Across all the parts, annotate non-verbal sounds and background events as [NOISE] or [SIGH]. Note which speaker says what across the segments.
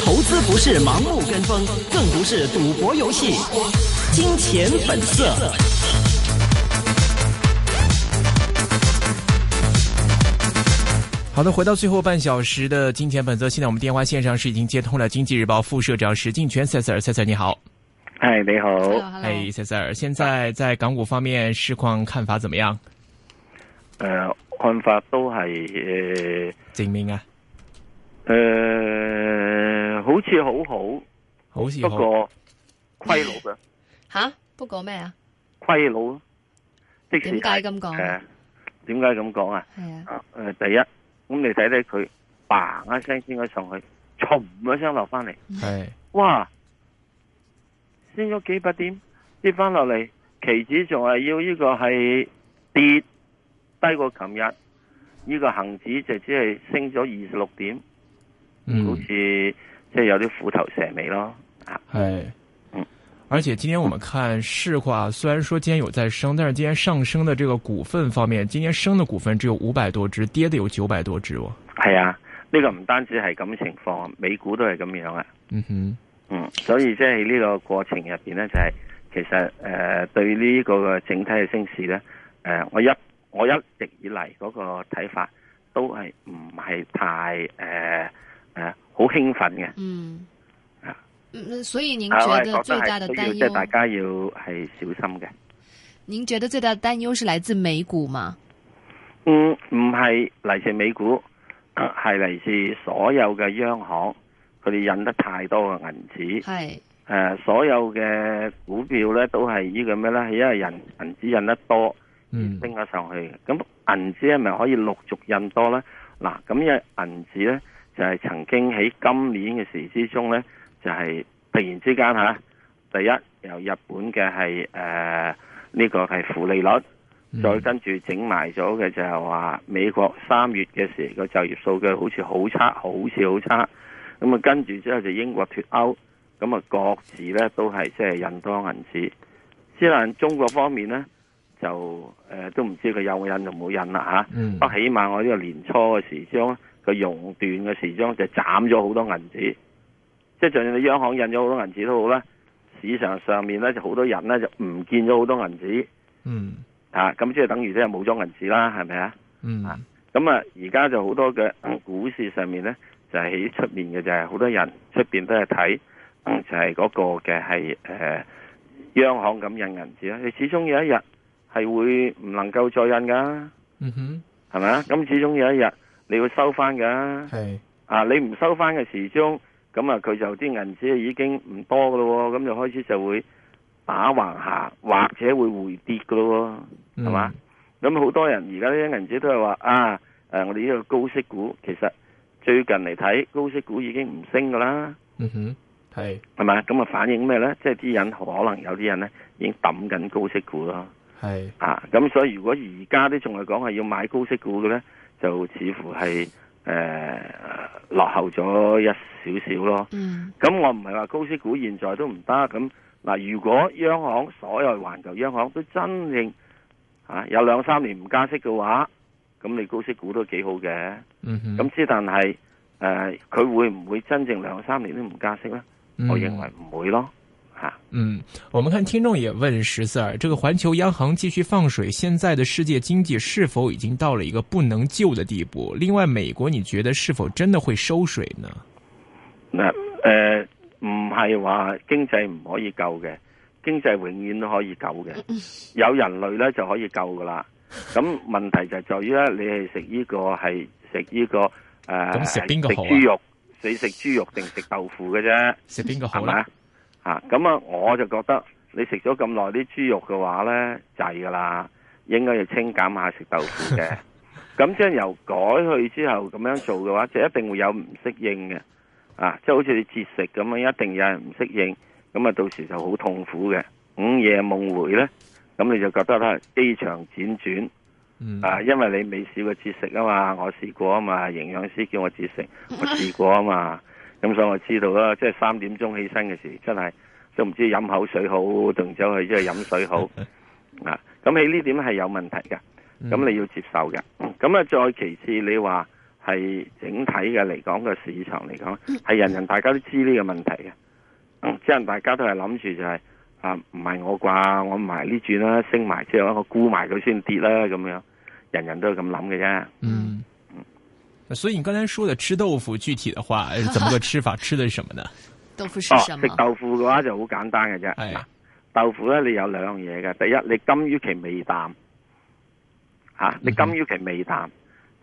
Speaker 1: 投资不是盲目跟风，更不是赌博游戏。金钱本色。
Speaker 2: 好的，回到最后半小时的金钱本色，现在我们电话线上是已经接通了《经济日报》副社长石敬全 s i r s i r 你好。
Speaker 3: 嗨，你好。
Speaker 2: 哎 s i r 现在在港股方面市况看法怎么样？
Speaker 3: 誒、呃看法都係誒
Speaker 2: 正面啊，
Speaker 3: 誒，呃好似好好，
Speaker 2: 好似
Speaker 3: 不
Speaker 2: 好
Speaker 3: 過虧佬
Speaker 4: 嗯
Speaker 3: 嘅
Speaker 4: 吓，不過咩啊？
Speaker 3: 虧佬，即使
Speaker 4: 點解咁講
Speaker 3: 誒點解咁講啊？
Speaker 4: 係啊，
Speaker 3: 誒、第一，咁你睇睇佢，嘭一聲先咗上去，嘭一聲落翻嚟，
Speaker 2: 係
Speaker 3: 哇！升咗幾百點，跌翻落嚟，期指仲係要呢個係跌低過琴日，呢、個恒指就只係升咗二十六點。好
Speaker 2: 嗯
Speaker 3: 似即係有啲虎頭蛇尾咯。
Speaker 2: 哎
Speaker 3: 嗯，
Speaker 2: 而且今天我们看市况，虽然说今天有在升，但是今天上升的这个股份方面，今天升的股份只有五百多只，跌的有九百多只哦。
Speaker 3: 係啊，呢、個唔單止係咁嘅情況，美股都係咁樣啊。
Speaker 2: 嗯哼，
Speaker 3: 嗯，所以即係呢個過程入邊咧，就係、其實誒、呃、對呢個嘅整體嘅升市咧，誒、我一我一直以嚟嗰個睇法都係唔係太誒誒好興奮嘅。
Speaker 4: 嗯
Speaker 3: 啊，
Speaker 4: 嗯，所以您
Speaker 3: 啊我
Speaker 4: 覺
Speaker 3: 係
Speaker 4: 得最大的
Speaker 3: 覺得係
Speaker 4: 擔
Speaker 3: 需要即係大
Speaker 4: 憂，
Speaker 3: 家要係小心嘅。
Speaker 4: 您覺得最大的擔憂是來自美股嗎？
Speaker 3: 嗯，唔係嚟自美股， [COUGHS] 係嚟自所有嘅央行，佢哋印得太多嘅銀紙。
Speaker 4: 係，
Speaker 3: 诶、所有嘅股票咧都係呢個咩咧？係因為人銀紙印得多，
Speaker 2: 嗯
Speaker 3: 升咗上去嘅。咁銀紙係咪可以陸續印多咧？嗱，咁嘅銀紙咧就係曾經喺今年嘅時之中咧，就係突然之間吓，第一由日本嘅係诶呢個係負利率。
Speaker 2: 嗯
Speaker 3: 再跟住整埋咗嘅就係話美國三月嘅時個就業數據好似好差，好似好差。咁啊，跟住之後就英國脱歐，咁啊各自咧都係即係印多銀紙。之但中國方面咧就誒、呃都唔知佢有冇印就冇印啦
Speaker 2: 嗯
Speaker 3: 嚇。不過起碼我呢個年初嘅時鐘，佢熔斷嘅時鐘就斬咗好多銀紙。即係就算你央行印咗好多銀紙都好啦，市場上面咧就好多人咧就唔見咗好多銀紙。
Speaker 2: 嗯
Speaker 3: 啊，咁即係等於即係冇咗銀紙啦，係咪啊？
Speaker 2: 嗯
Speaker 3: 咁啊，而家就好多嘅嗯股市上面咧，就係喺出面嘅就係好多人出邊都係睇，嗯就係、嗰個嘅係誒央行咁印銀紙啦。你始終有一日係會唔能夠再印噶，
Speaker 2: 嗯哼，
Speaker 3: 係咪啊？咁始終有一日你要收翻噶，
Speaker 2: 係
Speaker 3: 啊你唔收翻嘅時鐘，咁啊佢就啲銀紙已經唔多噶咯喎，咁就開始就會打橫行，或者會回跌噶咯喎。
Speaker 2: 嗯
Speaker 3: 係嘛？咁好多人而家呢啲銀紙都係話啊，誒、我哋呢個高息股其實最近嚟睇，高息股已經唔升噶啦，
Speaker 2: 嗯哼，係
Speaker 3: 係咪？咁啊反映咩咧？即係啲人可能有啲人咧已經抌緊高息股咯，
Speaker 2: 係
Speaker 3: 啊，咁所以如果而家都仲係講係要買高息股嘅咧，就似乎係誒、落後咗一少少咯。
Speaker 4: 嗯
Speaker 3: 咁我唔係話高息股現在都唔得咁嗱。如果央行所有環球央行都真正啊有兩三年唔加息嘅話，咁你高息股都幾好嘅。
Speaker 2: 嗯哼，
Speaker 3: 咁之但係誒，佢、會唔會真正兩三年都唔加息呢？我認為唔會咯嚇。
Speaker 2: 嗯，我们看听众也问十四儿，这个环球央行继续放水，现在的世界经济是否已经到了一个不能救的地步？另外，美国你觉得是否真的会收水呢？
Speaker 3: 嗱、誒唔係話經濟唔可以救嘅，經濟永遠都可以救嘅。
Speaker 2: [LAUGHS]
Speaker 3: 有人類咧就可以救噶啦。咁問題就係在於咧，你係食呢個係食呢個誒，
Speaker 2: 咁食邊個好啊
Speaker 3: 豬肉，你食豬肉定食豆腐嘅啫，
Speaker 2: 食邊個
Speaker 3: 係
Speaker 2: 好
Speaker 3: 咪
Speaker 2: 呢？
Speaker 3: 啊？嚇咁啊，我就覺得你食咗咁耐啲豬肉嘅話咧，滯噶啦，應該要清減下食豆腐嘅。咁即係由改去之後咁樣做嘅話，就一定會有唔適應嘅，啊，即係好似你節食咁樣，一定有人唔適應，咁啊到時就好痛苦嘅。午夜夢回呢，咁你就覺得咧機場輾轉
Speaker 2: 嗯，
Speaker 3: 啊，因為你未試過節食啊嘛，我試過啊嘛，營養師叫我節食，我試過啊嘛，咁所以我知道啦，即係三點鐘起身嘅時，真係都唔知飲口水好定走去即係飲水好啊，
Speaker 2: 嗯
Speaker 3: 咁喺呢點係有問題嘅。咁你要接受嘅。咁啊，再其次你話係整體嘅嚟講嘅市場嚟講，係人人大家都知呢個問題嘅。嗯即係大家都係諗住就係、啊，唔係我啩，我埋呢轉啦，升埋之後我沽埋佢先跌啦，咁樣人人都係咁諗嘅啫。
Speaker 2: 嗯，所以你刚才说的吃豆腐，具体的话呃怎么个吃法？吃的是什
Speaker 3: [LAUGHS]
Speaker 2: 么呢？
Speaker 4: 豆腐是
Speaker 3: 哦，
Speaker 4: 什么
Speaker 3: 食？豆腐嘅話就好簡單嘅啫。
Speaker 2: 係
Speaker 3: 嗱豆腐咧，你有兩樣嘢嘅。第一，你甘於其味淡，吓、你甘於其味淡。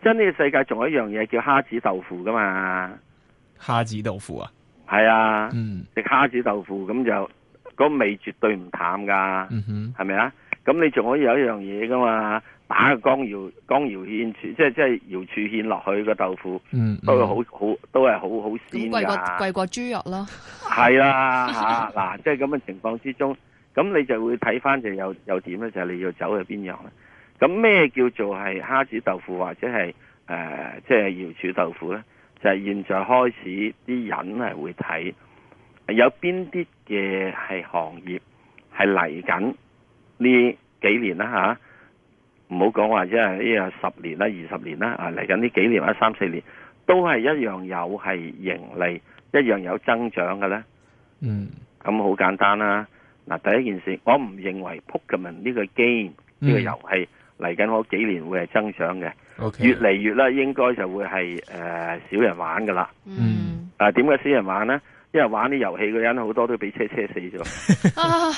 Speaker 3: 即係呢個世界仲有一樣嘢叫蝦子豆腐噶嘛，
Speaker 2: 哈吉豆腐啊，
Speaker 3: 係啊，
Speaker 2: 嗯
Speaker 3: 食蝦子豆腐咁就個味絕對唔淡噶，
Speaker 2: 嗯哼，
Speaker 3: 係咪啊？咁你仲可以有一樣嘢噶嘛，打個江瑤江瑤芡柱，即係即係瑤柱芡落去個豆腐，
Speaker 2: 嗯，
Speaker 3: 都係
Speaker 2: 嗯
Speaker 3: 好好都係好好
Speaker 4: 咁
Speaker 3: 鮮
Speaker 4: 貴過
Speaker 3: 㗎。
Speaker 4: 貴過豬肉咯，
Speaker 3: 系啦吓，嗱、即係咁嘅情況之中，咁你就會睇翻就又又點咧？就係、你要走去邊樣咧？咁咩叫做係蝦子豆腐或者係誒即係瑤柱豆腐咧？就係、現在開始啲人係會睇有邊啲嘅係行業係嚟緊呢幾年啦吓。唔好講話，即係呢個十年啦、二十年啦，啊嚟緊呢幾年或者三四年，都係一樣有係盈利，一樣有增長嘅咧。
Speaker 2: 嗯
Speaker 3: 咁好簡單啦。嗱，第一件事，我唔認為 Pokemon 呢個 game
Speaker 2: 嗯
Speaker 3: 呢個遊戲嚟緊嗰幾年會係增長嘅，
Speaker 2: ，OK，
Speaker 3: 越嚟越咧應該就會係誒、呃少人玩噶啦。
Speaker 4: 嗯
Speaker 3: 啊，點解少人玩呢？因為玩啲遊戲嘅人好多都俾車車
Speaker 2: [LAUGHS]
Speaker 3: 死咗，
Speaker 4: 啊，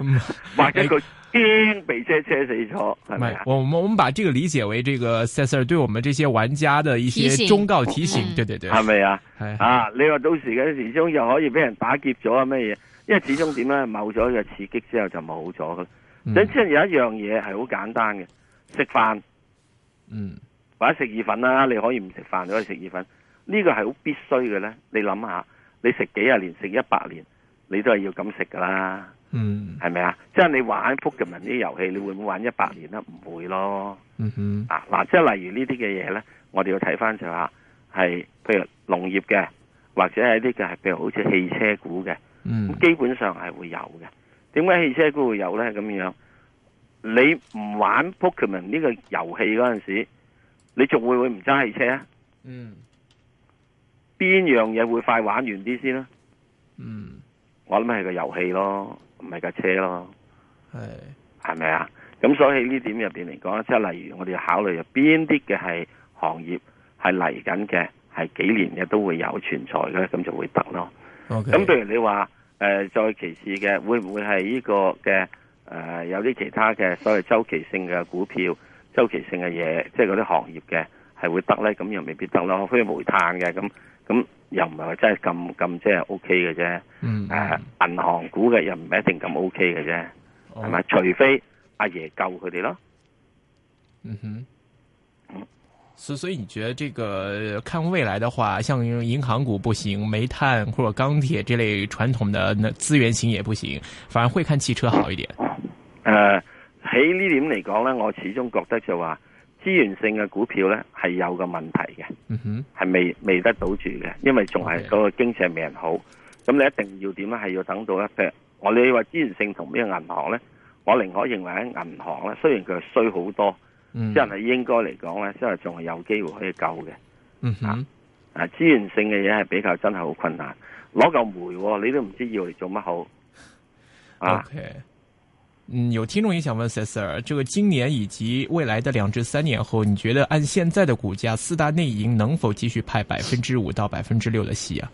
Speaker 2: 嗯
Speaker 3: 或者佢驚被車車死咗，係
Speaker 2: 唔
Speaker 3: 咪
Speaker 2: 系
Speaker 3: 啊，？
Speaker 2: 我们我们把这个理解为这个塞塞尔对我们这些玩家的一些
Speaker 4: 提醒
Speaker 2: 忠告提醒，
Speaker 4: 嗯
Speaker 2: 对对对，
Speaker 3: 係咪啊？
Speaker 2: 哎
Speaker 3: 啊！你話到時嘅時鐘又可以俾人打劫咗啊咩嘢？因為始終點咧，某咗嘅刺激之後就冇咗噶啦。
Speaker 2: 嗯
Speaker 3: 即係有一樣嘢係好簡單嘅，食飯
Speaker 2: 嗯
Speaker 3: 或者食意粉啦，你可以唔食飯，你可以食意粉。呢、個係好必須嘅咧。你諗下，你食幾廿年，食一百年，你都係要咁食噶啦，
Speaker 2: 嗯
Speaker 3: 係咪啊？即係你玩 Pokemon 呢啲遊戲，你會唔會玩一百年咧？唔會咯。
Speaker 2: 嗯哼
Speaker 3: 啊，嗱，即係例如呢啲嘅嘢咧，我哋要睇翻就話係，譬如農業嘅，或者係啲嘅係譬如好似汽車股嘅，
Speaker 2: 嗯
Speaker 3: 咁基本上係會有嘅。點解汽車股會有咧？咁樣你唔玩 Pokemon 呢個遊戲嗰陣時，你仲會唔會唔揸汽車啊？
Speaker 2: 嗯
Speaker 3: 邊樣嘢會快玩完啲先啦？
Speaker 2: 嗯，
Speaker 3: 我諗係個遊戲咯，唔係架車咯，
Speaker 2: 哎
Speaker 3: 係咪啊？咁所以呢點入邊嚟講，即係例如我哋要考慮入邊啲嘅係行業係嚟緊嘅，係幾年嘅都會有存在嘅咧，咁就會得咯。
Speaker 2: ，OK，
Speaker 3: 咁譬如你話誒、呃再其次嘅，會唔會係呢個嘅誒、呃有啲其他嘅所謂周期性嘅股票、周期性嘅嘢，即係嗰啲行業嘅係會得咧？咁又未必得咯。譬如煤炭嘅咁，咁又唔係話真係咁咁即係 O K 嘅啫。
Speaker 2: 嗯哦
Speaker 3: 誒、銀行股嘅又唔係一定咁 O K 嘅啫，係咪？除非阿爺救佢哋咯。
Speaker 2: 嗯哼。
Speaker 3: 嗯
Speaker 2: 所所以你觉得这个呃看未来的话，像银行股不行，煤炭或者钢铁这类传统的那资源型也不行，反而会看汽车好一点。
Speaker 3: 誒呃喺呢點嚟講咧，我始終覺得就話資源性嘅股票咧係有個問題嘅。
Speaker 2: 嗯哼，
Speaker 3: 係未未得到住嘅，因為仲係
Speaker 2: Okay.
Speaker 3: 嗰個經濟未人好。咁你一定要點咧？係要等到咧，譬如我哋話資源性同呢個銀行咧，我寧可認為喺銀行咧，雖然佢係衰好多，
Speaker 2: 嗯，
Speaker 3: 即係應該嚟講咧，即係仲係有機會可以救嘅。
Speaker 2: 嗯哼，
Speaker 3: 啊，資源性嘅嘢係比較真係好困難，攞嚿煤喎你都唔知要嚟做乜好啊！
Speaker 2: OK，嗯，有听众也想问 Sir，这个今年以及未来的两至三年后，你觉得按现在的股价，四大内银能否继续派百分之五到百分之六的息啊？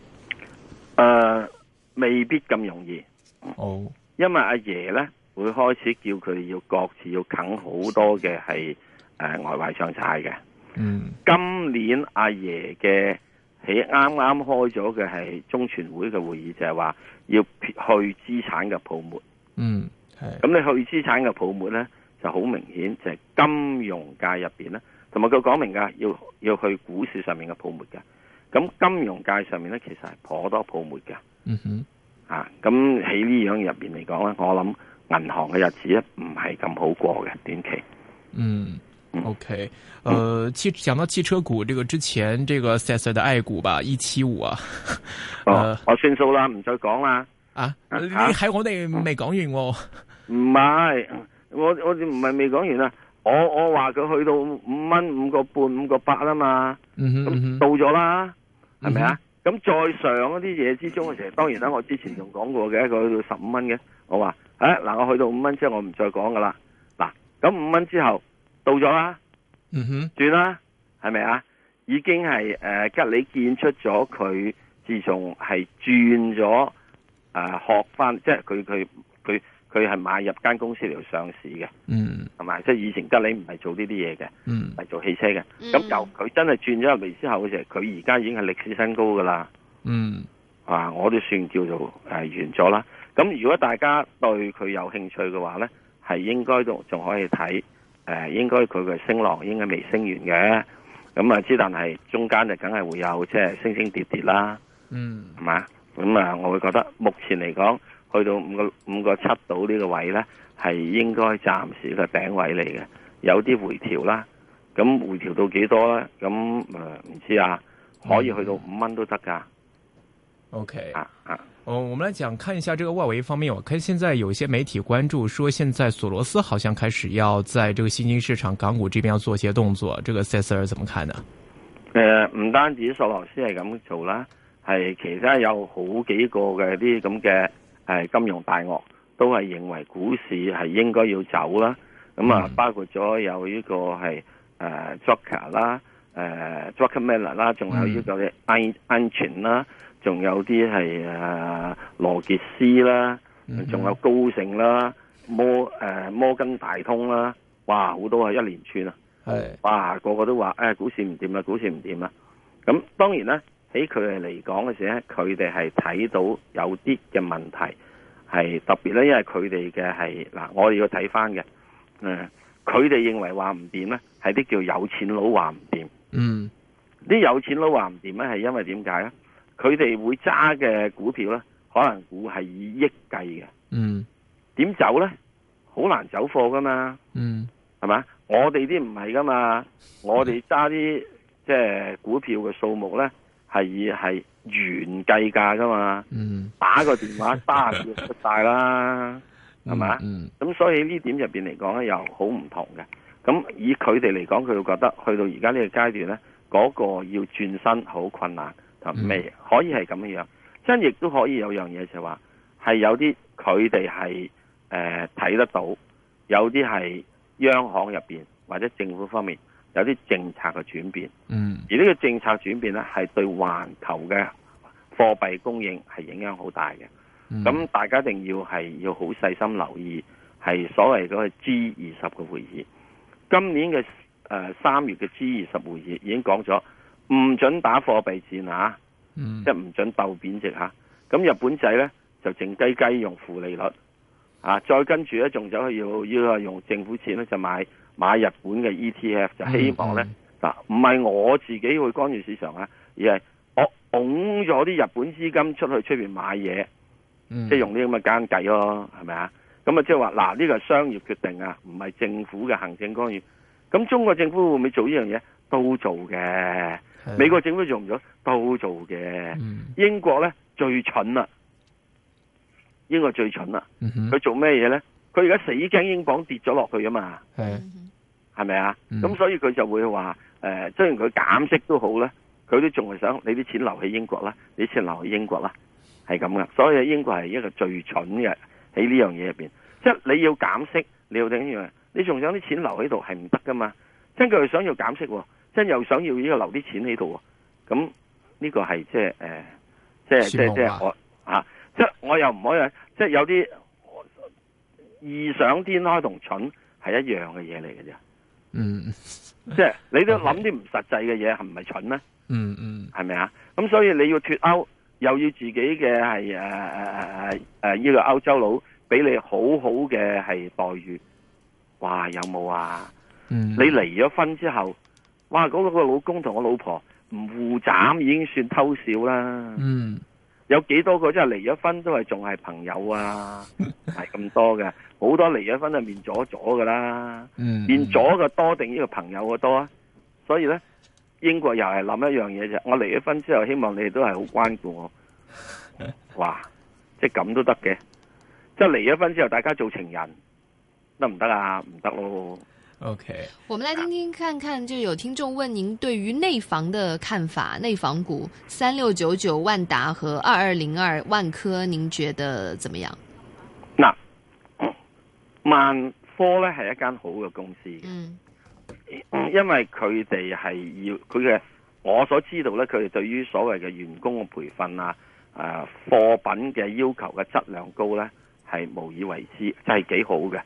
Speaker 3: 誒、呃未必咁容易。
Speaker 2: 哦，
Speaker 3: 因為阿爺咧會開始叫佢哋要各自要啃好多嘅係誒外匯上債嘅。
Speaker 2: 嗯
Speaker 3: 今年阿爺嘅喺啱啱開咗嘅係中全會嘅會議，就係話要撇去資產嘅泡沫。
Speaker 2: 嗯，哎
Speaker 3: 咁你去資產嘅泡沫咧，就好明顯就係金融界入邊咧，同埋佢講明㗎，要要去股市上面嘅泡沫嘅。咁金融界上面咧，其實係頗多泡沫嘅。
Speaker 2: 嗯哼，
Speaker 3: 啊，咁喺呢樣入邊嚟講咧，我諗銀行嘅日子咧唔係咁好過嘅短期。
Speaker 2: 嗯。OK，呃，汽讲到汽车股，这个之前这个 Sir 的爱股吧，一七五啊，
Speaker 3: 哦
Speaker 2: 呃，
Speaker 3: 我算數啦，唔再講啦。
Speaker 2: 啊，
Speaker 3: 啊
Speaker 2: 你喺我哋未講完喎、
Speaker 3: 唔係，我我哋唔係未講完啊。我我话佢去到五蚊、五個半、五個八啊嘛，
Speaker 2: 嗯哼嗯
Speaker 3: 咁
Speaker 2: 哼嗯
Speaker 3: 到咗啦，係咪啊？咁再上嗰啲嘢之中嘅時候，當然啦，我之前仲講過嘅，佢去到十五蚊嘅，我話诶嗱，我去到五蚊之後，我唔再講噶啦。嗱，咁五蚊之後到咗啦，
Speaker 2: 嗯哼
Speaker 3: 轉啦，係咪啊？已經係诶、呃吉利建出咗佢，自從係轉咗诶学翻，即係佢佢佢佢係買入間公司嚟上市嘅，
Speaker 2: 嗯
Speaker 3: 係咪？即係以前吉利唔係做呢啲嘢嘅。
Speaker 2: 嗯
Speaker 3: 係做汽車嘅。 [LAUGHS] 咁
Speaker 4: 嗯
Speaker 3: 就佢真係轉咗入嚟之後嘅時候，佢而家已經係歷史新高噶啦，
Speaker 2: 嗯
Speaker 3: 啊，我都算叫做誒、呃完咗啦。咁如果大家對佢有興趣嘅話呢，係應該仲仲可以睇誒、呃，應該佢嘅升浪應該未升完嘅。咁啊，之但係中間就梗係會有即係升升跌跌啦，
Speaker 2: 嗯
Speaker 3: 係嘛？咁啊，我會覺得目前嚟講，去到五個五個七到呢個位呢，係應該暫時個頂位嚟嘅，有啲回調啦。咁回調到幾多呢？咁誒唔知啊，可以去到五蚊都得㗎。
Speaker 2: ，OK。
Speaker 3: 啊啊！
Speaker 2: 哦，我们来讲看一下这个外围方面。我看现在有一些媒体关注说，现在索罗斯好像开始要在这个新兴市场港股这边要做一些动作，这个 s e s r 怎么看呢？
Speaker 3: 诶、呃唔單止索羅斯係咁做啦，係其他有好幾個嘅啲咁嘅诶金融大鱷都係認為股市係應該要走啦。咁啊
Speaker 2: 嗯，
Speaker 3: 包括咗有呢個係诶 Joker 啦，诶 Joker Miller 啦，仲有呢個嘅安安全啦，仲有啲係诶羅傑斯啦，
Speaker 2: 嗯
Speaker 3: 嗯仲有高盛啦，摩诶、摩根大通啦，哇，好多係一連串啊！
Speaker 2: 哎，
Speaker 3: 哇，個個都話誒、唉股市唔掂啦，啊股市唔掂啦。咁當然啦，喺佢哋嚟講嘅時咧，佢哋係睇到有啲嘅問題係特別咧，因為佢哋嘅係嗱，我哋要睇翻嘅誒，呃佢哋認為話唔掂咧，係啲叫有錢佬話唔掂。
Speaker 2: 嗯
Speaker 3: 啲有錢佬話唔掂咧，係因為點解咧？佢哋會揸嘅股票咧，可能股係以億計嘅，
Speaker 2: 嗯
Speaker 3: 點走咧？好難走貨噶嘛。
Speaker 2: 嗯
Speaker 3: 係嘛？我哋啲唔係噶嘛，我哋揸啲即係股票嘅數目咧，係以係元計價噶嘛，
Speaker 2: 嗯，
Speaker 3: 打個電話三十秒出晒啦，係嘛？
Speaker 2: 嗯
Speaker 3: 咁所以呢點入邊嚟講咧，又好唔同嘅。咁以佢哋嚟講，佢會覺得去到而家呢個階段咧，嗰、個要轉身好困難，同
Speaker 2: 嗯
Speaker 3: 未可以係咁樣樣，真亦都可以有樣嘢就係話係有啲佢哋係誒睇得到，有啲係央行入邊或者政府方面有啲政策嘅轉變，
Speaker 2: 嗯
Speaker 3: 而呢個政策轉變咧係對環球嘅貨幣供應係影響好大嘅。
Speaker 2: 嗯，
Speaker 3: 咁大家一定要係要好細心留意，係所謂嗰個 G 二十嘅會議。今年嘅誒三月嘅 G 二十會議已經講咗，唔准打貨幣戰啊，
Speaker 2: 嗯
Speaker 3: 即係唔准鬥貶值嚇、啊。咁日本仔呢，就靜雞雞用負利率啊，再跟住呢，仲走去要要用政府錢呢，就買買日本嘅 ETF，就希望
Speaker 2: 嗯
Speaker 3: 呢。嗱，唔係我自己去干預市場啊，而係我拱咗啲日本資金出去出邊買嘢。
Speaker 2: 嗯，
Speaker 3: 即係用呢咁嘅奸計咯，係咪啊？咁啊，即係話嗱，呢個係商業決定啊，唔係政府嘅行政干預。咁中國政府會唔會做呢樣嘢？都做嘅。美國政府做唔做？都做嘅。
Speaker 2: 啊嗯
Speaker 3: 英國呢，最蠢啦，英國最蠢啦。
Speaker 2: 嗯哼
Speaker 3: 佢做咩嘢呢？佢而家死驚英鎊跌咗落去啊嘛，
Speaker 2: 哎
Speaker 4: 嗯
Speaker 3: 係咪啊？
Speaker 2: 嗯
Speaker 3: 咁、所以佢就會話誒、呃，雖然佢減息都好啦，佢都仲係想你啲錢留喺英國啦，你啲錢留喺英國啦，係咁噶。所以英國係一個最蠢嘅喺呢樣嘢入邊，即係你要減息，你要點樣？你仲想啲錢留喺度係唔得噶嘛？真佢又想要減息喎，真又想要呢個留啲錢喺度喎。咁呢個係即係誒，呃即係即
Speaker 2: 羨慕啊
Speaker 3: 係即係我啊，即係我又唔可以，即係有啲異想天開同蠢係一樣嘅嘢嚟嘅啫。
Speaker 2: 嗯
Speaker 3: 即係你都諗啲唔實際嘅嘢，係唔係蠢咧？
Speaker 2: 嗯嗯
Speaker 3: 係咪啊？咁所以你要脱歐，又要自己嘅係誒誒誒誒呢個歐洲佬俾你好好嘅係待遇，哇！有冇啊？
Speaker 2: 嗯，
Speaker 3: 你離咗婚之後，哇！嗰、個老公同我老婆唔互斬已經算偷笑啦。
Speaker 2: 嗯
Speaker 3: 有幾多個真係離咗婚都係仲係朋友
Speaker 2: [LAUGHS]
Speaker 3: 啊？唔係咁多嘅，好多離咗婚就面左左噶啦。
Speaker 2: 嗯
Speaker 3: 變咗嘅多定呢個朋友嘅多啊？所以咧，英國又係諗一樣嘢啫。我離咗婚之後，希望你哋都係好關顧
Speaker 2: [LAUGHS]
Speaker 3: 我。哇！即係咁都得嘅，即係離咗婚之後，大家做情人得唔得啊？唔得咯。
Speaker 2: OK，
Speaker 4: 我们来听听看看，就有听众问您对于内房的看法，内房股三六九九万达和二二零二万科，您觉得怎么样？
Speaker 3: 嗱，萬科咧係一間好嘅公司嘅，
Speaker 4: 嗯
Speaker 3: 嗯因為佢哋係要佢嘅，我所知道咧，佢哋對於所謂嘅員工嘅培訓啊、誒、貨品嘅要求嘅質量高咧，係無以為之，真係幾好嘅。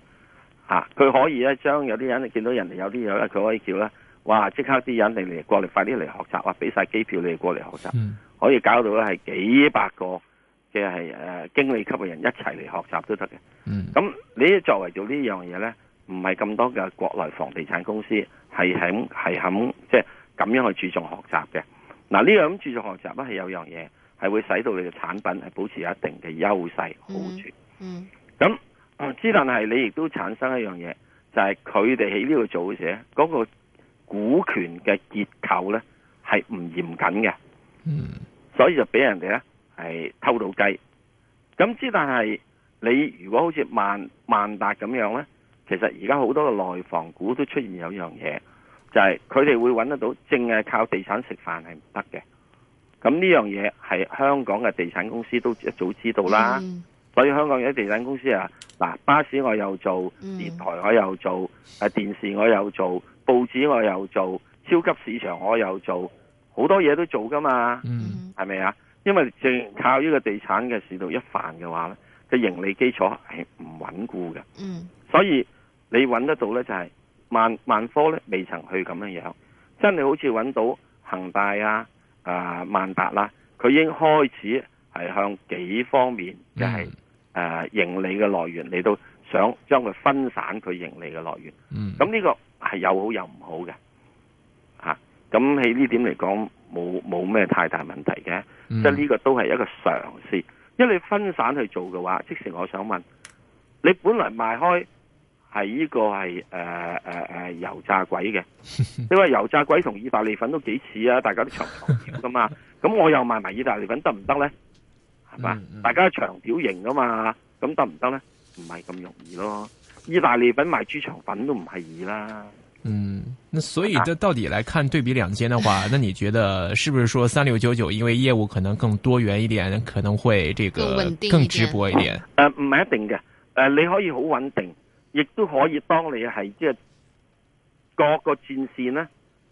Speaker 3: 啊，佢可以咧將有啲人你見到人哋有啲嘢咧，佢可以叫咧，哇！即刻啲人你嚟過嚟，快啲嚟學習啊！俾晒機票你哋過嚟學習。
Speaker 2: 嗯
Speaker 3: 可以搞到咧係幾百個嘅係誒經理級嘅人一齊嚟學習都得嘅。
Speaker 2: 嗯
Speaker 3: 咁你作為做呢樣嘢咧，唔係咁多嘅國內房地產公司係肯係肯即係咁樣去注重學習嘅。嗱呢樣咁注重學習咧係有樣嘢係會使到你嘅產品係保持有一定嘅優勢好處。
Speaker 4: 嗯
Speaker 3: 咁嗯之但係你亦都產生一樣嘢，就係佢哋喺呢度做嘅時咧，嗰、個股權嘅結構咧係唔嚴謹嘅。
Speaker 2: 嗯
Speaker 3: 所以就俾人哋咧係偷到雞。咁之但係你如果好似萬萬達咁樣咧，其實而家好多嘅內房股都出現有一樣嘢，就係佢哋會揾得到，淨係靠地產食飯係唔得嘅。咁呢樣嘢係香港嘅地產公司都一早知道啦，
Speaker 4: 嗯
Speaker 3: 所以香港有啲地產公司啊，嗱巴士我又做，
Speaker 4: 嗯
Speaker 3: 電台我又做，誒電視我又做，報紙我又做，超級市場我又做，好多嘢都做噶嘛。
Speaker 2: 嗯
Speaker 4: 嗯
Speaker 3: 係咪啊？因為淨靠呢個地產嘅市道一泛嘅話咧，嘅盈利基礎係唔穩固嘅，
Speaker 4: 嗯
Speaker 3: 所以你揾得到咧就係、萬萬科咧未曾去咁樣樣，真係好似揾到恒大啊、啊萬達啦、佢已經開始係向幾方面嘅係誒盈利嘅來源嚟到想將佢分散佢盈利嘅來源。
Speaker 2: 嗯
Speaker 3: 咁呢個係有好有唔好嘅，嚇咁喺呢點嚟講冇冇咩太大問題嘅，
Speaker 2: 嗯
Speaker 3: 即係呢個都係一個嘗試，因為你分散去做嘅話，即時我想問你本來賣開係呢個係誒誒誒油炸
Speaker 2: [LAUGHS]
Speaker 3: 鬼嘅，你話油炸鬼同意大利粉都幾似啊，大家都長長條
Speaker 2: [LAUGHS]
Speaker 3: 噶嘛，咁我又賣埋意大利粉得唔得呢？係嘛
Speaker 2: 嗯嗯，
Speaker 3: 大家都長條型噶嘛，咁得唔得呢？唔係咁容易咯。意大利粉賣豬腸粉都唔係易啦。
Speaker 2: 嗯，那所以这到底来看对比两间的
Speaker 3: [LAUGHS]
Speaker 2: 话，那你觉得是不是说三六九九因为业务可能更多元一点，可能会这
Speaker 4: 更
Speaker 2: 个
Speaker 4: 稳定一点
Speaker 2: 更直播一点？
Speaker 3: 诶、呃唔係一定嘅。诶、呃你可以好穩定，亦都可以當你係即係各個戰線呢，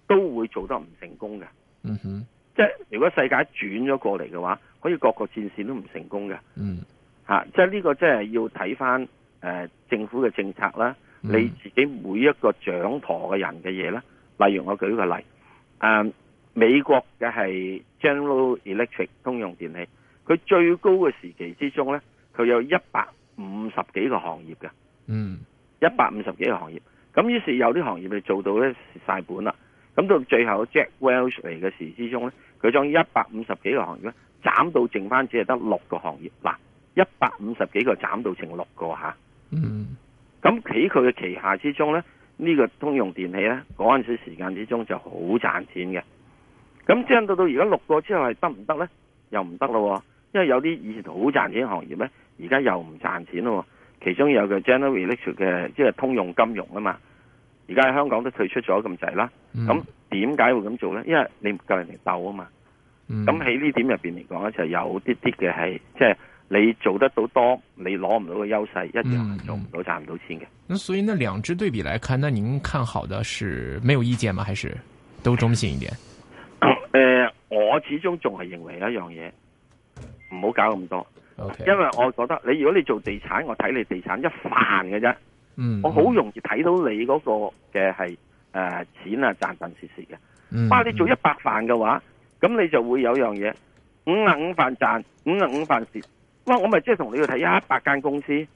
Speaker 3: 都會做得唔成功嘅。
Speaker 2: 嗯哼，
Speaker 3: 即係如果世界轉咗過嚟嘅話，可以各個戰線都唔成功嘅。
Speaker 2: 嗯
Speaker 3: 吓、即係呢個即係要睇翻诶政府嘅政策啦，
Speaker 2: 嗯
Speaker 3: 你自己每一個掌舵嘅人嘅嘢啦。例如我舉個例，诶、美國嘅係 General Electric 通用電器，佢最高嘅時期之中咧，佢有一百五十幾個行業嘅。
Speaker 2: 嗯
Speaker 3: 一百五十幾個行業，咁於是有啲行業你做到咧蝕晒本啦。咁到最後 Jack Welch 嚟嘅時之中咧，佢將一百五十幾個行業咧斬到剩翻只係得六個行業。嗱，一百五十幾個斬到剩六個嚇。
Speaker 2: 嗯
Speaker 3: 咁喺佢嘅旗下之中咧，呢、個通用電器咧嗰陣時時間之中就好賺錢嘅。咁即係到到而家六個之後係得唔得咧？又唔得咯喎，因為有啲以前好賺錢嘅行業咧，而家又唔賺錢咯喎。其中有個 General Electric 嘅，即係通用金融啊嘛，而家喺香港都退出咗咁滯啦。
Speaker 2: 嗯，
Speaker 3: 咁點解會咁做咧？因為你唔夠人哋鬥啊嘛。
Speaker 2: 嗯
Speaker 3: 咁喺呢點入邊嚟講咧，就有啲啲嘅係即係你做得到多，你攞唔到嘅優勢，一樣
Speaker 2: 嗯嗯
Speaker 3: 係做唔到賺唔到錢嘅。
Speaker 2: 那所以那两只对比来看，那您看好的是没有意见吗？还是都中性一点？
Speaker 3: [COUGHS] 诶、呃我始終仲係認為一樣嘢，唔好搞咁多，
Speaker 2: OK，
Speaker 3: 因為我覺得你如果你做地產，我睇你地產一泛嘅啫，
Speaker 2: 嗯，
Speaker 3: 我好容易睇到你嗰個嘅係诶钱啊賺賺蝕蝕嘅。
Speaker 2: 嗯，
Speaker 3: 哇！你做一百泛嘅話，咁你就會有樣嘢五啊五泛賺，五啊五泛蝕。哇！我咪即係同你要睇一百間公
Speaker 2: [LAUGHS]
Speaker 3: 司，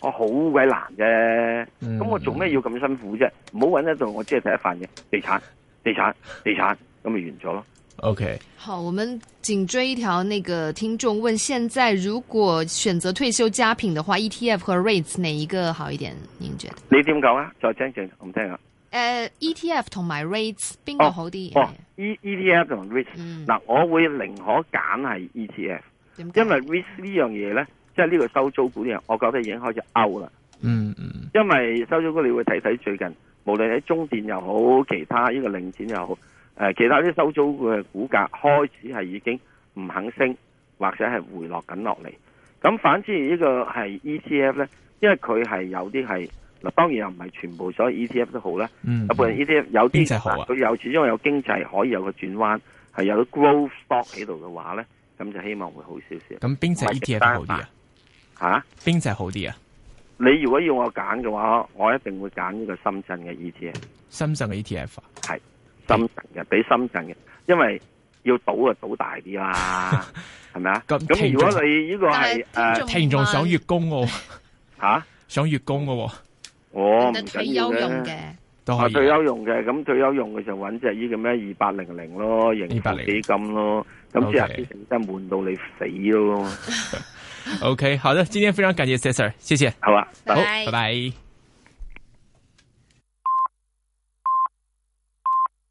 Speaker 3: 我好鬼難啫。
Speaker 2: 嗯，
Speaker 3: 咁我做咩要咁辛苦啫？唔好揾一度我只係睇一泛嘅地產、地產、地產，咁咪完咗咯。
Speaker 2: ？OK，
Speaker 4: 好，我们紧追一条那个听众问：现在如果选择退休佳品的话，ETF 和 REITs 哪一个好一点？您觉得？
Speaker 3: 你點講啊？再聽正唔聽啊？
Speaker 4: 诶、e t f 同埋 REITs 边个好啲？
Speaker 3: 哦
Speaker 4: 係
Speaker 3: ，E E T F 同 risk
Speaker 4: 嗯，
Speaker 3: 嗱，我會寧可揀係 E T F，
Speaker 4: 點解
Speaker 3: 因為 risk 呢樣嘢咧，即係呢個收租股呢樣，我覺得已經開始 out 啦。
Speaker 2: 嗯嗯
Speaker 3: 因為收租股你會睇睇最近無論喺中電又好，其他呢個領展又好，誒、其他啲收租嘅股價開始係已經唔肯升，或者係回落緊落嚟。咁反之呢個係 E ETF 咧，因為佢係有啲係嗱，當然又唔係全部所有 ETF 都好啦。
Speaker 2: 嗯
Speaker 3: 有部分 ETF 有
Speaker 2: 經
Speaker 3: 啲
Speaker 2: 濟好啊
Speaker 3: 嗱佢有始終有經濟可以有個轉彎，係有啲 growth stock 喺度嘅話咧，咁就希望會好少少
Speaker 2: 咁邊隻
Speaker 3: 唔係
Speaker 2: ETF 好啲啊？
Speaker 3: 嚇、
Speaker 2: 邊隻好啲啊？
Speaker 3: 你如果要我揀嘅話，我一定會揀呢個深圳嘅 ETF，
Speaker 2: 深圳嘅 ETF 啊？
Speaker 3: 深圳嘅比深圳嘅，因為要賭啊賭大啲啦，
Speaker 2: [LAUGHS]
Speaker 3: 係咪啊？
Speaker 2: 咁
Speaker 3: 咁如果你呢個係
Speaker 4: 但係
Speaker 3: 誒
Speaker 4: 聽
Speaker 2: 聽眾想月供嘅喎，
Speaker 3: 嚇，
Speaker 2: 想月供嘅喎，
Speaker 3: 我唔
Speaker 4: 你
Speaker 3: 緊
Speaker 4: 退
Speaker 3: 要
Speaker 4: 休用
Speaker 3: 嘅。
Speaker 4: 嘅，
Speaker 2: 都可
Speaker 3: 啊，
Speaker 2: 以。
Speaker 3: 退休用嘅，咁退休用嘅就揾只依咁咩二八零零咯，盈富基金咯，咁之後
Speaker 2: OK
Speaker 3: 啲成真悶到你死咯，
Speaker 2: OK，好的，今天非常感谢 Cesar，谢谢，
Speaker 3: 係嘛？
Speaker 2: 好，
Speaker 4: 拜
Speaker 2: 拜拜。